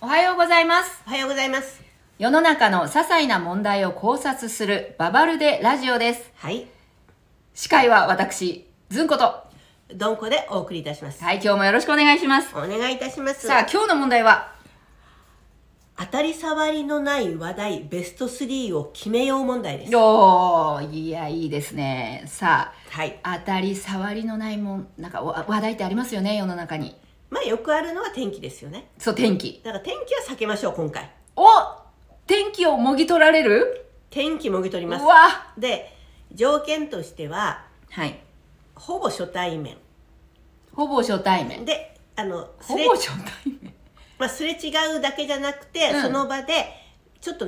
おはようございます。おはようございます。世の中の些細な問題を考察するババルデラジオです。はい、司会は私、ずんこと。はどんこでお送りいたします。い、今日もよろしくお願いします。お願いいたします。さあ、今日の問題は、当たり障りのない話題ベスト3を決めよう問題です。おー、いや、いいですね。さはい。あ、当たり障りのないもん、なんかわ話題ってありますよね、世の中に。まあよくあるのは天気ですよね。そう、天気。だから天気は避けましょう今回。お天気をもぎ取られる天気もぎ取りうます。わで、条件としてははい。ほぼ初対面ほぼ初対面。で、あのすほれぼ初対面。まあすれ違うだけじゃなくて、うんその場でちょっと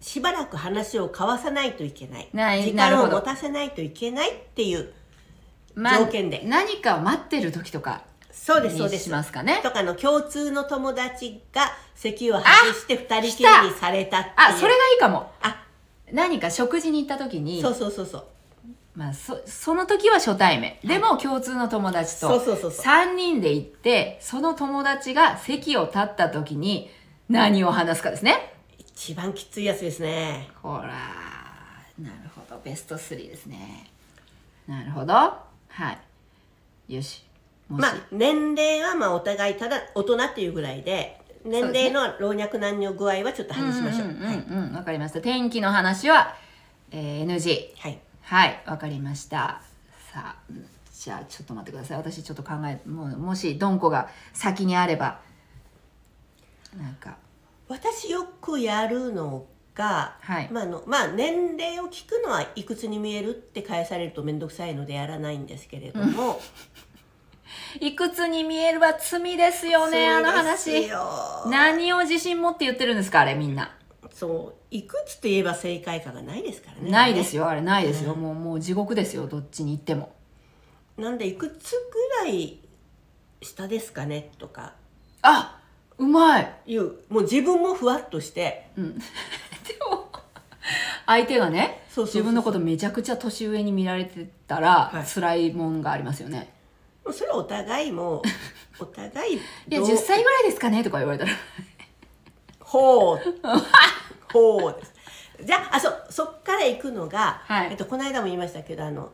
しばらく話を交わさないといけない。ない時なる間ほをど持たせないといけないっていう。まあ条件で何かを待ってる時とかそうですそうでにすし。ますかねとかの共通の友達が席を外して二人きりにされたっていうあそれがいいかもあ何か食事に行った時にそうそうそうそうまあ、そその時は初対面でも共通の友達そうとそうそうそう3人で行ってその友達が席を立った時に何を話すかですね一番きついやつですねほらなるほどベスト3ですねなるほどはいよしもし、まあ年齢はまあお互いただ大人っていうぐらいで年齢の老若男女具合はちょっと話しましょううんうんうんうんわかりました天気の話は、えー NG はいはいわかりましたさあじゃあちょっと待ってください私ちょっと考えもうもしドンコが先にあればなんか私よくやるのが、はいまああのまあ、年齢を聞くのはいくつに見えるって返されると面倒くさいのでやらないんですけれども、いくつに見えるは罪ですよねあのそうです話よ何を自信持って言ってるんですかあれみんなそういくつと言えば正解かがないですからねないですよよあれないですよ、もうもう地獄ですよどっちに行ってもなんでいくつぐらい下ですかねとかあうまいいうもう自分もふわっとして相手がねそうそうそう自分のことめちゃくちゃ年上に見られてたら、はい辛いもんがありますよねもうそれはお互い もうお互いいやどう10歳ぐらいですかねとか言われたらほ うほうですじゃああそうそっから行くのが、はいえっと、この間も言いましたけどあの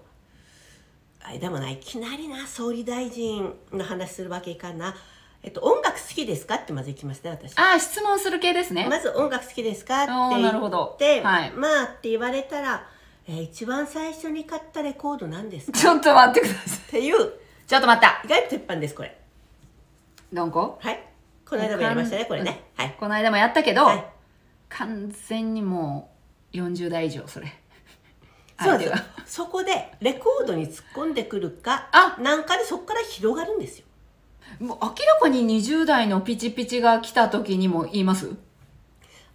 あれでもないいきなりな総理大臣の話するわけいかんな、えっと、音楽好きですかってまず行きますね私ああ質問する系ですね、まず音楽好きですかっておー言なるほどって、はいまあって言われたら、えー一番最初に買ったレコードなんですかち ょっと待ってくださいっていうちょっと待った意外と鉄板ですこれどんこはいこの間もやりましたねこれねはい、この間もやったけど、はい、完全にもう40代以上それそう相手ですがそこでレコードに突っ込んでくるかあなんかでそこから広がるんですよもう明らかに20代のピチピチが来た時にも言います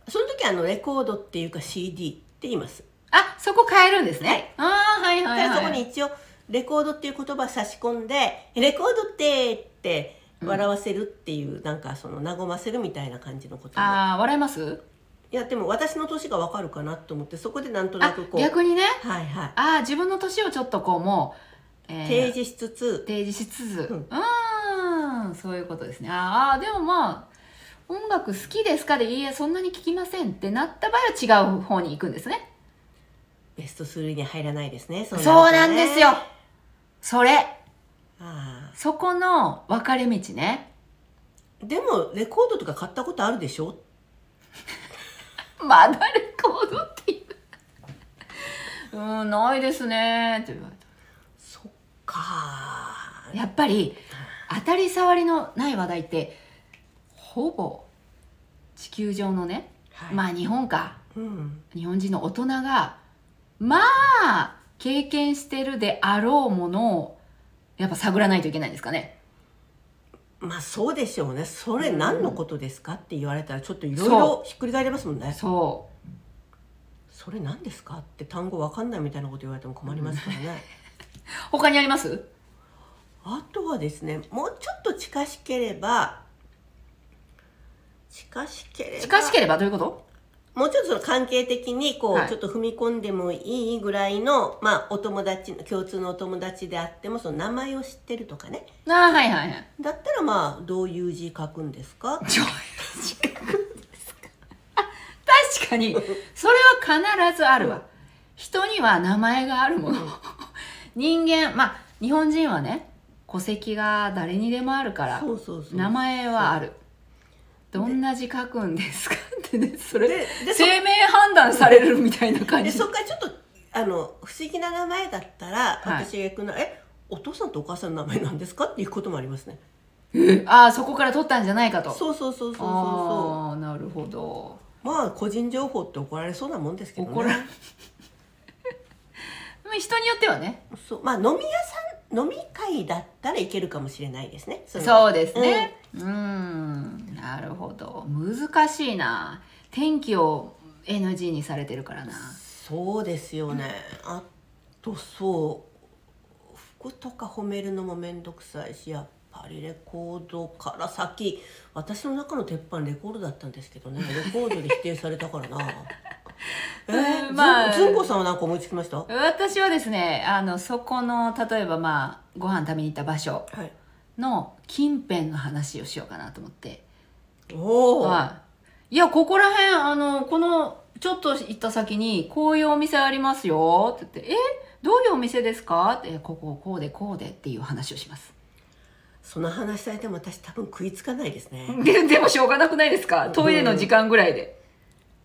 その時あのレコードっていうか CD って言いますあそこ変えるんですね、ああはいだはかいらそこはにい一応レコードっていう言葉差し込んで「レコードって」って笑わせるっていう、なんかその和ませるみたいな感じのこともああ笑いますいやでも私の年がわかるかなと思ってそこでなんとなあくこう逆にねはいはい、ああ自分の年をちょっとこうもう、えー提示しつつ提示しつつううんーんそういうことですねあーあーでもまあ音楽好きですかでいいえそんなに聞きませんってなった場合は違う方に行くんですねベスト3に入らないですねそそうるとねなんですよそれあそこの分かれ道ねあでもレコードとか買ったことあるでしょまだレコードっていううんないですねって言われそっかたやっぱり当たり障りのない話題ってほぼ地球上のね、はいまあ日本かうん日本人の大人がまあ経験してるであろうものをやっぱ探らないといけないんですかねまあそうでしょうねそれ何のことですかって言われたらちょっといろいそろひっくり返りますもんねそそれ何ですかって単語わかんないみたいなこと言われても困りますからね、う他にありますあとはですねもうちょっと近しければ近しければ近しければどういうこともうちょっとその関係的にこう、はいちょっと踏み込んでもいいぐらいの、まあ、お友達共通のお友達であってもその名前を知ってるとかねあーはいはいはいだったらまあどういう字書くんですか どういう資格ですかあ確かにそれは必ずあるわ、人には名前があるもの、人間まあ日本人はね戸籍が誰にでもあるからそうそうそう名前はあるどんな字書くんですかってねそれででそ生命判断されるみたいな感でじそっからちょっとあの不思議な名前だったら、はい私が行くのは「えお父さんとお母さんの名前なんですか?」っていうこともありますねえああそこから取ったんじゃないかとそうそうそうそうそうそああなるほどうまあ個人情報って怒られそうなもんですけどね怒 られまあ人によってはねそうまあ飲み屋さん飲み会だったらいけるかもしれないですねそのそうですね。うん、なるほど。難しいな。天気を NG にされてるからな。そうですよねあとそう服とか褒めるのも面倒くさいしやっぱりレコードから先私の中の鉄板レコードだったんですけどねレコードで否定された からなえうーんまあずんずんこさんは何か思いつきましたは私はですね、あのそこの例えばまあご飯食べに行った場所いの近辺の話をしようかなと思って。おお、はい。いやここら辺あのこのちょっと行った先にこういうお店ありますよって言って、えどういうお店ですかっていやこここうでこうでっていう話をします。その話されても私多分食いつかないですね、ででもしょうがなくないですか。トイレの時間ぐらいで。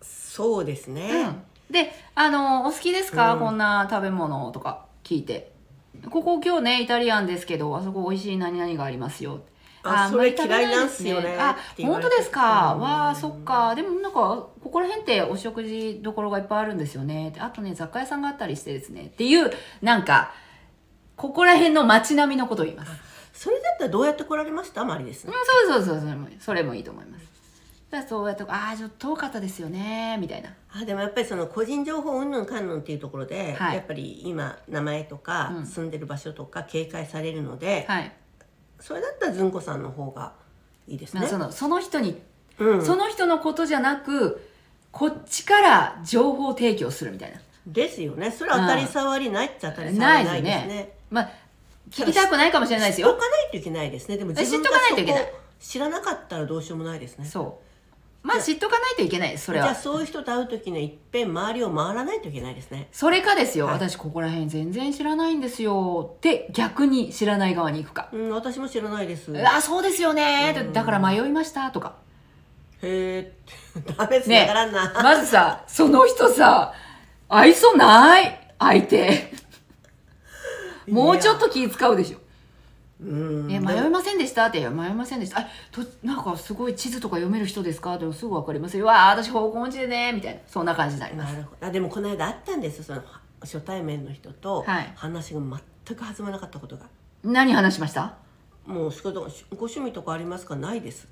そうですね、うん、であの「お好きですうか、んこんな食べ物」とか聞いて「ここ今日ねイタリアンですけどあそこ美味しい何々がありますよ」あーそれまあ嫌いなんすよね食べないってです言われねあ本て当ですか、うんわあそっかでもなんかここら辺ってお食事どころがいっぱいあるんですよねであとね雑貨屋さんがあったりしてですねっていうなんかここら辺の街並みのことを言いますそれだったらどうやって来られましたまりですねうんそうそうそうそれもそれもいいと思いますだからそうやって「ああちょっと遠かったですよね」みたいなあでもやっぱりその個人情報云々かんぬんっていうところで、はいやっぱり今名前とか、うん住んでる場所とか警戒されるので、はい、それだったらずんこさんの方がいいですまあね。そのその人にうん、その人のことじゃなくこっちから情報提供するみたいな、ですよねそれは当たり障りないっちゃ当たりな障りいでなすいねですね。まあ聞きたくないかもしれないです知っとよかないといけないですねでも自分が知っとかないといけないそこ知らなかったらどうしようもないですね。そうまあ知っとかないといけないですそじれゃあはそういう人と会う時にはいっぺん周りを回らないといけないですね。それかですよ、はい私ここら辺全然知らないんですよって逆に知らない側に行くか、うん私も知らないです。へあそうですよねーってだから迷いましたと かえ ダメつなねがらんな。まずさその人さ愛想ない相手もうちょっと気使うでしょうんえ迷いませんでしたっていや迷いませんでしたあとなんかすごい地図とか読める人ですかでもすぐ分かりますよわあ私方向音痴でねみたいなそんな感じになりますなるほどあでもこの間あったんですその初対面の人とはい話が全く弾まなかったことが、何話しましたもう仕事ご趣味とかありますかないですって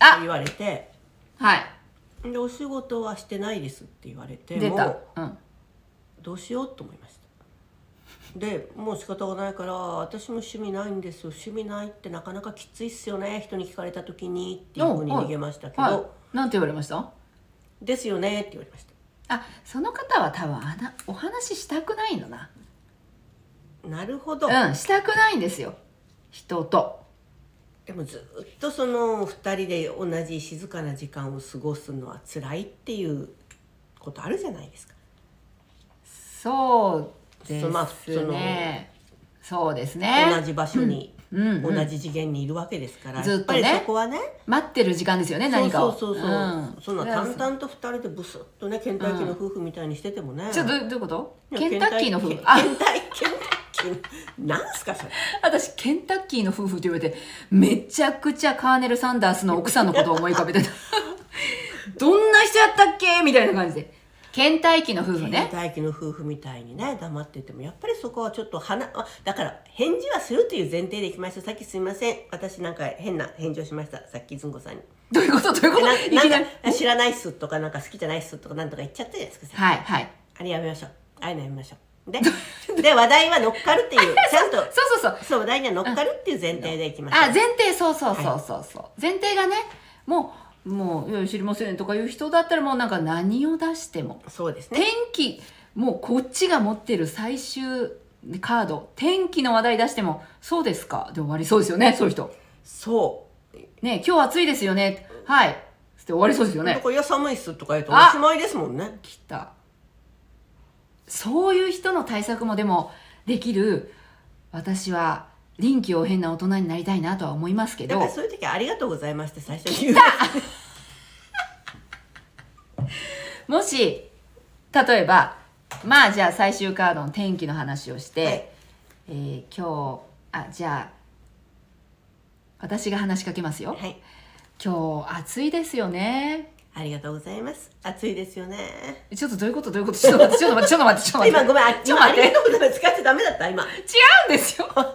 あ言われてはいでお仕事はしてないですって言われて出もたううんどうしようと思いましたでもう仕方がないから私も趣味ないんですよ趣味ないってなかなかきついっすよね人に聞かれた時にっていうふうにおうおう逃げましたけど、はいなんて言われましたですよねって言われましたあその方は多分あなお話ししたくないのななるほど、うんしたくないんですよ人とでもずっとその2人で同じ静かな時間を過ごすのは辛いっていうことあるじゃないですか。そうでそまあすねそうです同ねじ場所に、うんうん同じ次元にいるわけですから、ずやっっとぱねりそこはね待ってる時間ですよねそう何かそをうそうそう、うんそんな淡々と2人でブスッとね倦怠期の夫婦みたいにしててもね、ちょっとどどういうこといやケンタッキーの夫婦倦あ怠期倦怠期なんすかそれ私ケンタッキーの夫婦って言われてめちゃくちゃカーネル・サンダースの奥さんのことを思い浮かべてた どんな人やったっけみたいな感じでケンタッキーの夫婦倦ね怠期の夫婦みたいにね黙っててもやっぱりそこはちょっと花あだから返事はするという前提でいきましょうさっきすいません私なんか変な返事をしましたさっきずんこさんにどういうことどういうこえとないきななりんか知らないっすとかなんか好きじゃないっすとかなんとか言っちゃったじゃないですか、はいはいあれやめましょうあれやめましょうで で話題は乗っかるっていうちゃんとそうそうそうそう話題には乗っかるっていう前提でいきましょうあ前提そうそうそうそうそう、前提がねもうもういや知りませんとかいう人だったらもうなんか何を出してもそうですね天気もうこっちが持ってる最終カード天気の話題出してもそうですかで終わりそうですよねそういう人そね今日暑いですよねはいつって終わりそうですよう、ねだから「いや寒いっす」とか言うとおあしまいですもんね来たそういう人の対策もでもできる私は臨機応変な大人になりたいなとは思いますけだどからそういう時は「ありがとうございまして」最初に言うもし例えばまあじゃあ最終カードの天気の話をして、はいえー今日あじゃあ私が話しかけますよはい今日暑いですよねありがとうございます暑いですよねちょっとどういうことどういうことちょっと待ってちょっと待ってちょっと待ってちょっと待って今ごめんあちょ今っとあ待っりがてとうございます使っちゃダメだった今違うんですよ 暑いですよね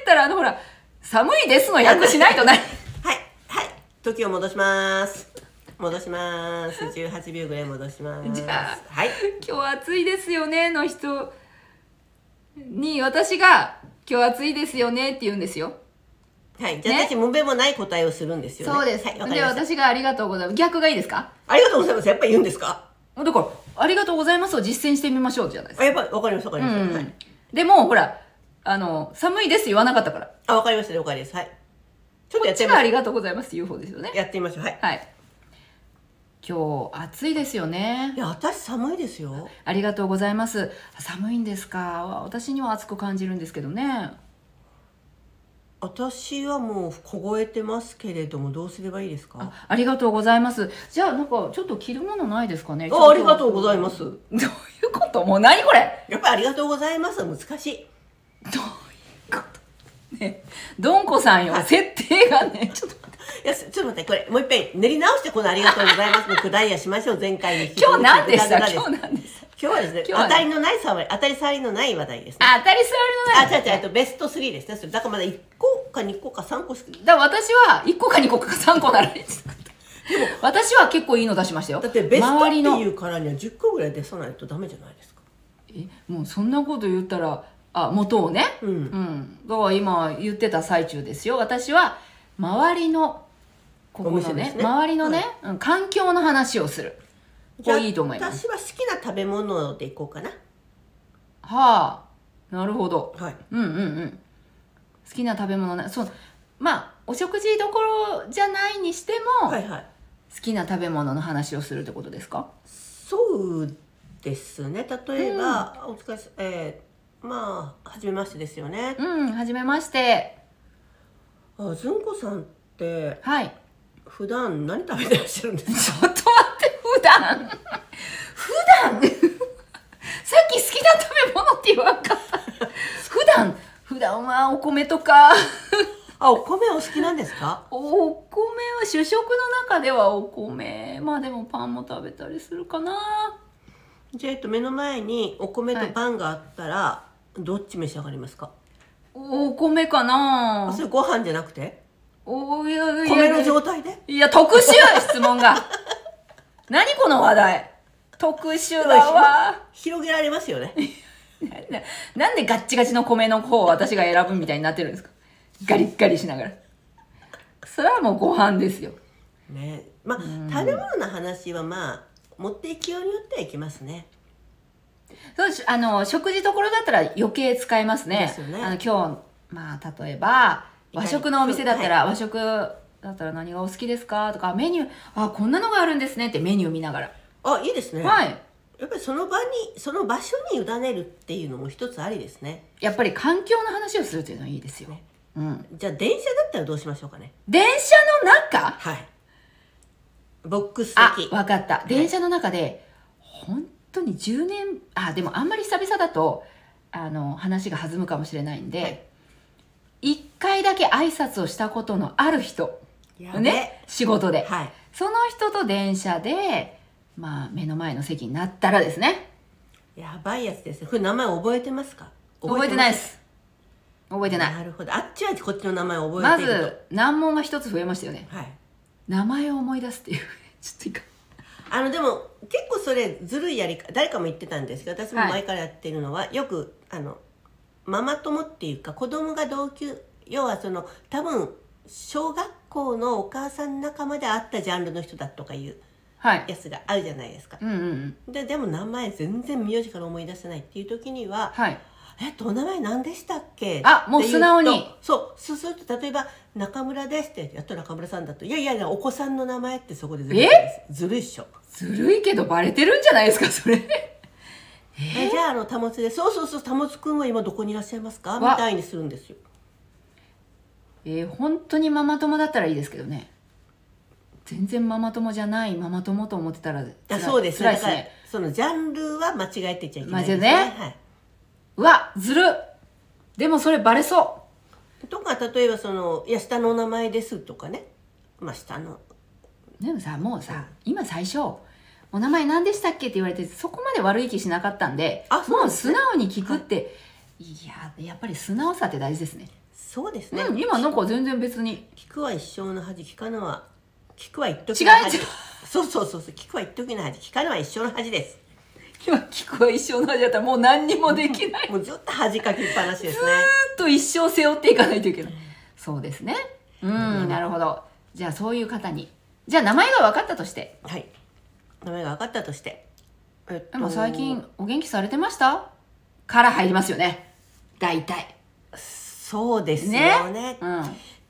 ったらあのほら寒いですの訳しないと ないはい、はい、時を戻します。戻し ます。18秒ぐらい戻します。じゃあはい、今日暑いですよねの人に私が今日暑いですよねって言うんですよ。はい、じゃあ、ね私もべもない答えをするんですよね。そうです。はい、わかりでました。私がありがとうございます。逆がいいですか？ありがとうございます。やっぱり言うんですか。だからありがとうございますを実践してみましょうじゃないですあ、やっぱりわかります。わかりか。ます。うはんい。。でもほらあの寒いです言わなかったから。あ、わかりました。了解です。はい。ちょっとこやっってちみがまあしょりがとうございますって言う方ですよねう。。やってみましょう。はい。はい。今日暑いですよねい。や、私寒いですよ。ありがとうございます。寒いんですか。わ私には暑く感じるんですけどね。私はもう凍えてますけれども、どうすればいいですか。あありがとうございます。じゃあなんかちょっと着るものないですかね。ちょっあ、ありがとうございます。どういうこともう何これやっぱりありがとうございます。難しい。どういうことねどんこさんよ、設定がね、ちょっと待っ て。いや、ちょっと待って、これ、もう一遍、練り直して、このありがとうございますのくだりやしましょう、前回に引き今続き。日何でしぐただぐだです今日何でした今日はですね、今日は当たりのない触り、当たり障りのない話題ですね。あ当たりあ、障違う違りのう、ない。えっと、ベスト3ですね。それだからまだ1個か2個か3個しか。だから私は1個か2個か3個ならいいです私は結構いいの出しましたよ。だって、ベストっ周てりのい。うからには10個ぐらい出さないとダメじゃないですか。えもうそんなこと言ったらあ元をねうんうん、だから今言ってた最中ですよ私は周りのここおの店でねすね周りのね、うん環境の話をするこれいいと思います私は好きな食べ物でいこうかな。はあなるほどはい。うんうんうん好きな食べ物ねそうまあお食事どころじゃないにしても、はいはい。好きな食べ物の話をするってことですかそうですね。例えば、お疲れさ、えー、まあ、初めましてですよね。うんはじめましてあ、ずんこさんって、はい普段何食べてらっしゃるんですかちょっと待って、普段。普段さっき好きな食べ物って言わんかった。普段、普段はお米とか、あ、お米お好きなんですかお米は主食の中ではお米、まあでもパンも食べたりするかな。じゃあ、えっと、目の前にお米とパンがあったら、どっち召し上がりますか、お米かあなそ。れご飯じゃなくておいやいやいや米の状態でいや、特殊や、質問が。何この話題。特殊だわ。広げられますよねななんでガッチガチの米の方を私が選ぶみたいになってるんですかガリッガリしながら。それはもうご飯ですよ。ねまあ食べ物の話はまあ持っていきようによってはいきますねそうしあの、食事どころだったら余計使えますでね。すよねあの今日、まあ例えば、和食のお店だったら、和食だったら何がお好きですかとか、メニュー、あ、こんなのがあるんですねってメニュー見ながら。あいいですね、はい。やっぱりその場にその場所に委ねるっていうのも一つありですねやっぱり環境の話をするというのはいいですよ。うん。じゃあ電車だったらどうしましょうかね電車の中はいボックスあ席わかった電車の中で本当に10年あでもあんまり久々だとあの話が弾むかもしれないんで、はい1回だけ挨拶をしたことのある人やべね仕事で、はいその人と電車でまあ目の前の席になったらですねやばいやつですねこれ名前覚えてますか覚えてないすです覚えてないなるほどあっちはこっちの名前を覚まえているとず難問が一つ増えましたよねはい名前を思い出すっていう ちょっといいかあのでも結構それずるいやりか誰かも言ってたんですけど私もはい前からやってるのは、よくあのママ友っていうか子供が同級要はその多分小学校のお母さん仲間であったジャンルの人だとかいうはいやつがあるじゃないですかうんうんうんででも名前全然名字から思い出せないっていう時にははい「えっとお名前何でしたっけ?」あもうって言と素直にそうそうすると例えば「中村です」ってやっと中村さんだと「いやいやいやお子さんの名前」ってそこでずるいですずるいっしょ、ずるいけどバレてるんじゃないですかそれえじゃああの保つで「そうそうそう保つくんは今どこにいらっしゃいますか?」みわたいにするんですよえー、本当にママ友だったらいいですけどね全然ママ友じゃないママ友と思ってたらあ辛いそうです辛いだでかすらねそのジャンルは間違えてちゃいけないですまあじゃあねはいうわずるでもそれバレそとか例えばその「いや下のお名前です」とかねまあ下のうでもさもうさ今最初「お名前何でしたっけ?」って言われてそこまで悪い気しなかったんであそうもなんうです素直に聞くって、い、ややっぱり素直さって大事ですねそうですね、うん今なんか全然別に聞くは一生の恥聞かぬは聞くは一時違のう恥違うそうそうそうそう聞くは一時の恥聞かぬは一生の恥です今聞くは一生の味だったらもう何にもできないもうずっと恥かきっぱなしですねずっと一生背負っていかないといけない。そうですね。うん、なるほど。じゃあそういう方に。じゃあ名前が分かったとして。はい名前が分かったとしてえっでも最近お元気されてましたから入りますよね。大体。そうですよねうん。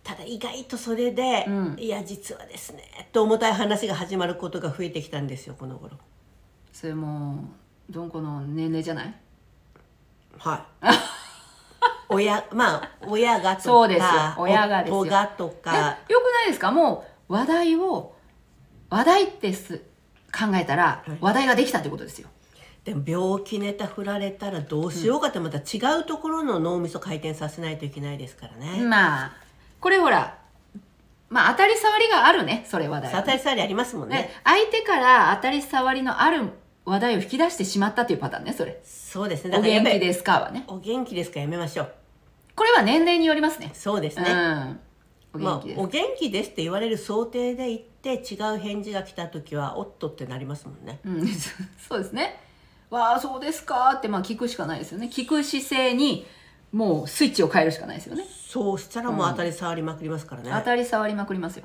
ただ意外とそれで、うんいや実はですねと重たい話が始まることが増えてきたんですよこの頃それもう、どんこの年齢じゃない はい親まあ親がとかそうですよ親がですよ夫がとえかよくないですかもう話題を、話題ってす考えたらはい話題ができたってことですよ。でも病気ネタ振られたらどうしようかってまた違うところの脳みそ回転させないといけないですからね。まあ、これほら、まあ当たり障りがあるね、それ話題はさねたりさりありますもんね。ね、相手から当たり障りのある話題を引き出してしまったというパターンねそれそうです「ね。おや元気りですか?」はねお元気ですかやめましょう。これは年齢によりますねそうですうね。んおまあ元気です、お元気ですって言われる想定で行って違う返事が来た時はおっとってなりますもんね。うん そうですね「わあそうですか」ってまあ聞くしかないですよね聞く姿勢にもうスイッチを変えるしかないですよねそうしたらもう当たり障りまくりますからね。当たり障りまくりますよ、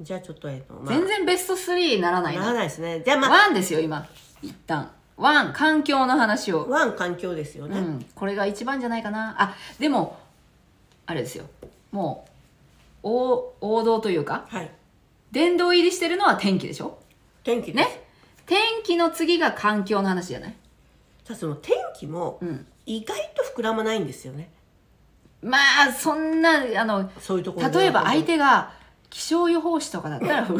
じゃあちょっとえっとまあ全然ベスト3ならないならなないですね。じゃあまあ1ですよ今一旦1環境の話をワン環境ですようね。ん、これが一番じゃないかなあでもあれですよもう王王道というかはい。殿堂入りしてるのは天気でしょ天気です。ね天気の次が環境の話じゃないただその天気もうん意外と膨らまないんですよね。まあそんなあのそういうところ例えば相手が気象予報士とかだったらふる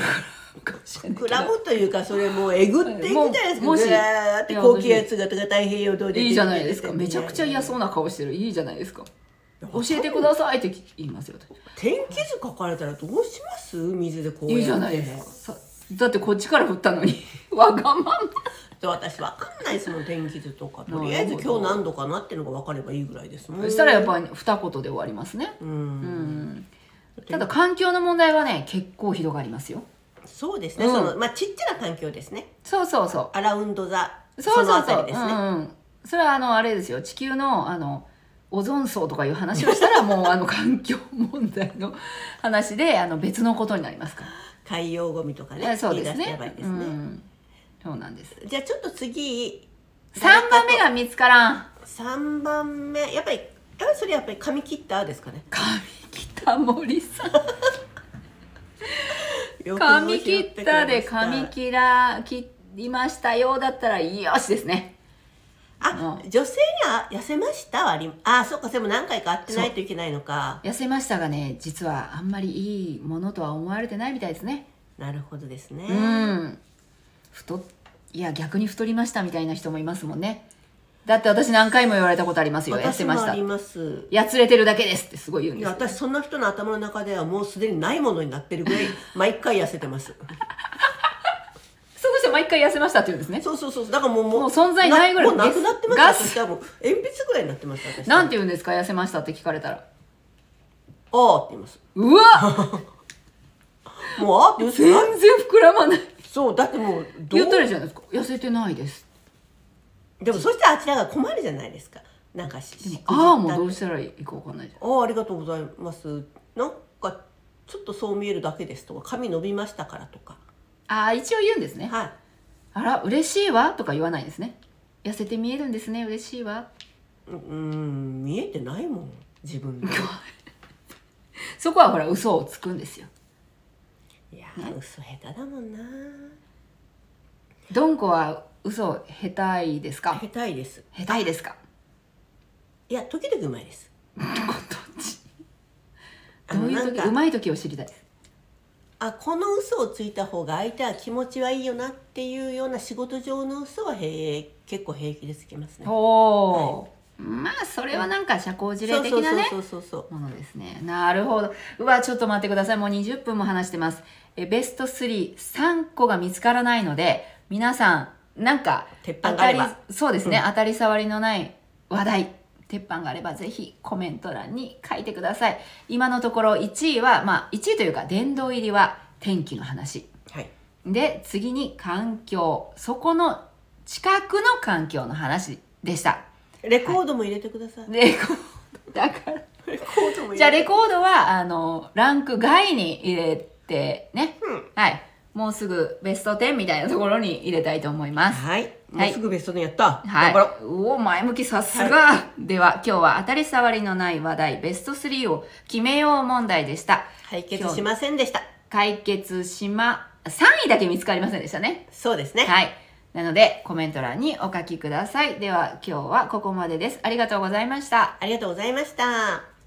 かもしれな いクけどラブというかそれもうえぐっていくじゃないですかもうもしぐわーって高気圧がとか太平洋通りいいじゃないですかめちゃくちゃ嫌うそうな顔してるいいじゃないですか教えてくださいって言いますよ天気図書かれたらどうします水でこうやっていいじゃないですかさだってこっちから振ったのに わがままで私わかんないですもん天気図とかとりあえずなる今ほど日何度かなっていうのが分かればいいぐらいですもんそしたらやっぱり二言で終わりますね。ううんん。ただ環境の問題はね、結構広がりますよ。そうですね、うんそのまあちっちゃな環境ですねそうそうそアラウンドザう。そのうそあうそたう。りですね、うんうん。それはあのあれですよ。地球のあのオゾン層とかいう話を したらもうあの環境問題の話であの別のことになりますか。海洋ゴミとからねそうで言すい出しちゃえねばいいでうすね、ん。そうなんです。じゃあちょっと次三番目が見つからん。 3番目やっぱりやっぱりそれやっぱり髪切ったです かね髪切った森さん。髪髪切ったで髪切ら切りましたよだったらよしですね。あ、う女性には痩せましたはありあそっかでも何回か会ってないといけないのか痩せましたがね実はあんまりいいものとは思われてないみたいですねなるほどですね、うん太っいや逆に太りましたみたいな人もいますもんねだって私何回も言われたことありますよ痩私せまもしあたりますやつれてるだけですってすごい言うんいでやすよ私そんな人の頭の中ではもうすでにないものになってる ぐらい毎回痩せてますその人毎回痩せましたって言うんですねそうそうそうだからもうももう存在ないぐらいもうなくなってまガすス私はもう鉛筆ぐらいになってました私なんてて言うんですか痩せましたって聞かれたらあーって言いますうわもうあーって言うんです全 よ然膨らまないそうだってもうどう言ったらいいじゃないですか痩せてないですでもそしたらあちらが困るじゃないですかなんかしでしくもじったああもうどうしたらいいか分かんないじゃんああありがとうございますなんかちょっとそう見えるだけですとか髪伸びましたからとかああ一応言うんですねはいあら嬉しいわとか言わないんですね痩せて見えるんですね嬉しいわううーん見えてないもん自分 でそこはほら嘘をつくんですよいやー嘘下手だもんなどんこは嘘下手いですか下手いです下手いですかいや時々うまいですどっちあどのういうなん時かうまい時を知りたいですあこの嘘をついた方が相手は気持ちはいいよなっていうような仕事上の嘘は平結構平気でつきますねおお、まあそれはなんか社交辞令そう的そうなねそうそうそうものですねなるほどうわちょっと待ってくださいもう20分も話してますえベスト33個が見つからないので皆さんなんか鉄板があれば当たりそうですね、当たり障りのない話題鉄板があればぜひコメント欄に書いてください今のところ1位はまあ1位というか殿堂入りは天気の話はいで次に環境そこの近くの環境の話でしたレコードも入れてください、レコードだからレコードも入れて じゃあレコードはあのランク外に入れてね、うんはいもうすぐベスト10みたいなところに入れたいと思いますはいもはいうすぐベストにやった、は頑張ろうい、おお前向きさすが、では今日は当たり障りのない話題ベスト3を決めよう問題でした解決しませんでした解決しま3位だけ見つかりませんでしたねそうですね、はいなのでコメント欄にお書きくださいでは今日はここまでですありがとうございましたありがとうございました